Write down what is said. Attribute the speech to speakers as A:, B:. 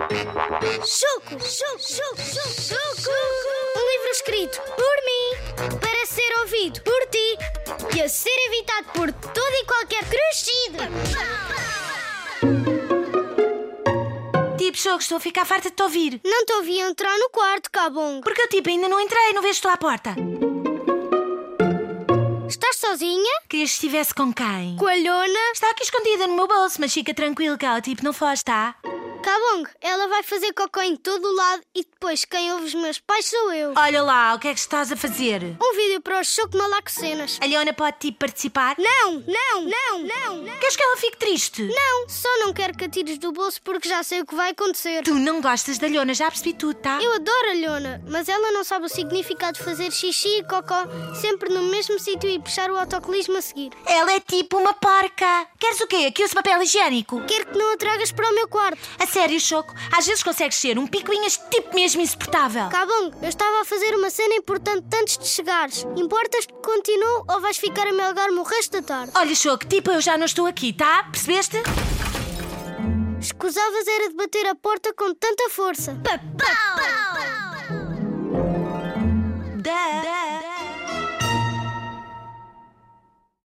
A: Chuco, chuco, chuco, chuco, chuco. Um livro escrito por mim, para ser ouvido por ti e a ser evitado por todo e qualquer crescido.
B: Tipo, jogo, estou a ficar farta de te ouvir.
A: Não te ouvi entrar no quarto, Cabongo.
B: Porque eu, tipo, ainda não entrei, não vejo estou à porta.
A: Estás sozinha?
B: Querias que estivesse com quem?
A: Coalhona?
B: Está aqui escondida no meu bolso, mas fica tranquilo, Cal, tipo, não foge, tá?
A: Cabong, ela vai fazer cocô em todo o lado e depois quem ouve os meus pais sou eu.
B: Olha lá, o que é que estás a fazer?
A: Um vídeo para o Choco Malaco Cenas.
B: A Leona pode, tipo, participar?
A: Não, não, não, não, não.
B: Queres que ela fique triste?
A: Não, só não quero que a tires do bolso porque já sei o que vai acontecer.
B: Tu não gostas da Leona, já percebi tudo, tá?
A: Eu adoro a Leona, mas ela não sabe o significado de fazer xixi e cocó sempre no mesmo sítio e puxar o autocolismo a seguir.
B: Ela é tipo uma porca. Queres o quê? Que use papel higiênico?
A: Quero que não a tragas para o meu quarto.
B: A sério, Choco, às vezes consegues ser um picuinhas tipo mesmo insuportável.
A: Cabong, eu estava a fazer uma cena importante antes de chegares. Importas que continue ou vais ficar a melgar-me o resto da tarde?
B: Olha, Choco, tipo eu já não estou aqui, tá? Percebeste?
A: Escusavas era de bater a porta com tanta força.
C: Papá!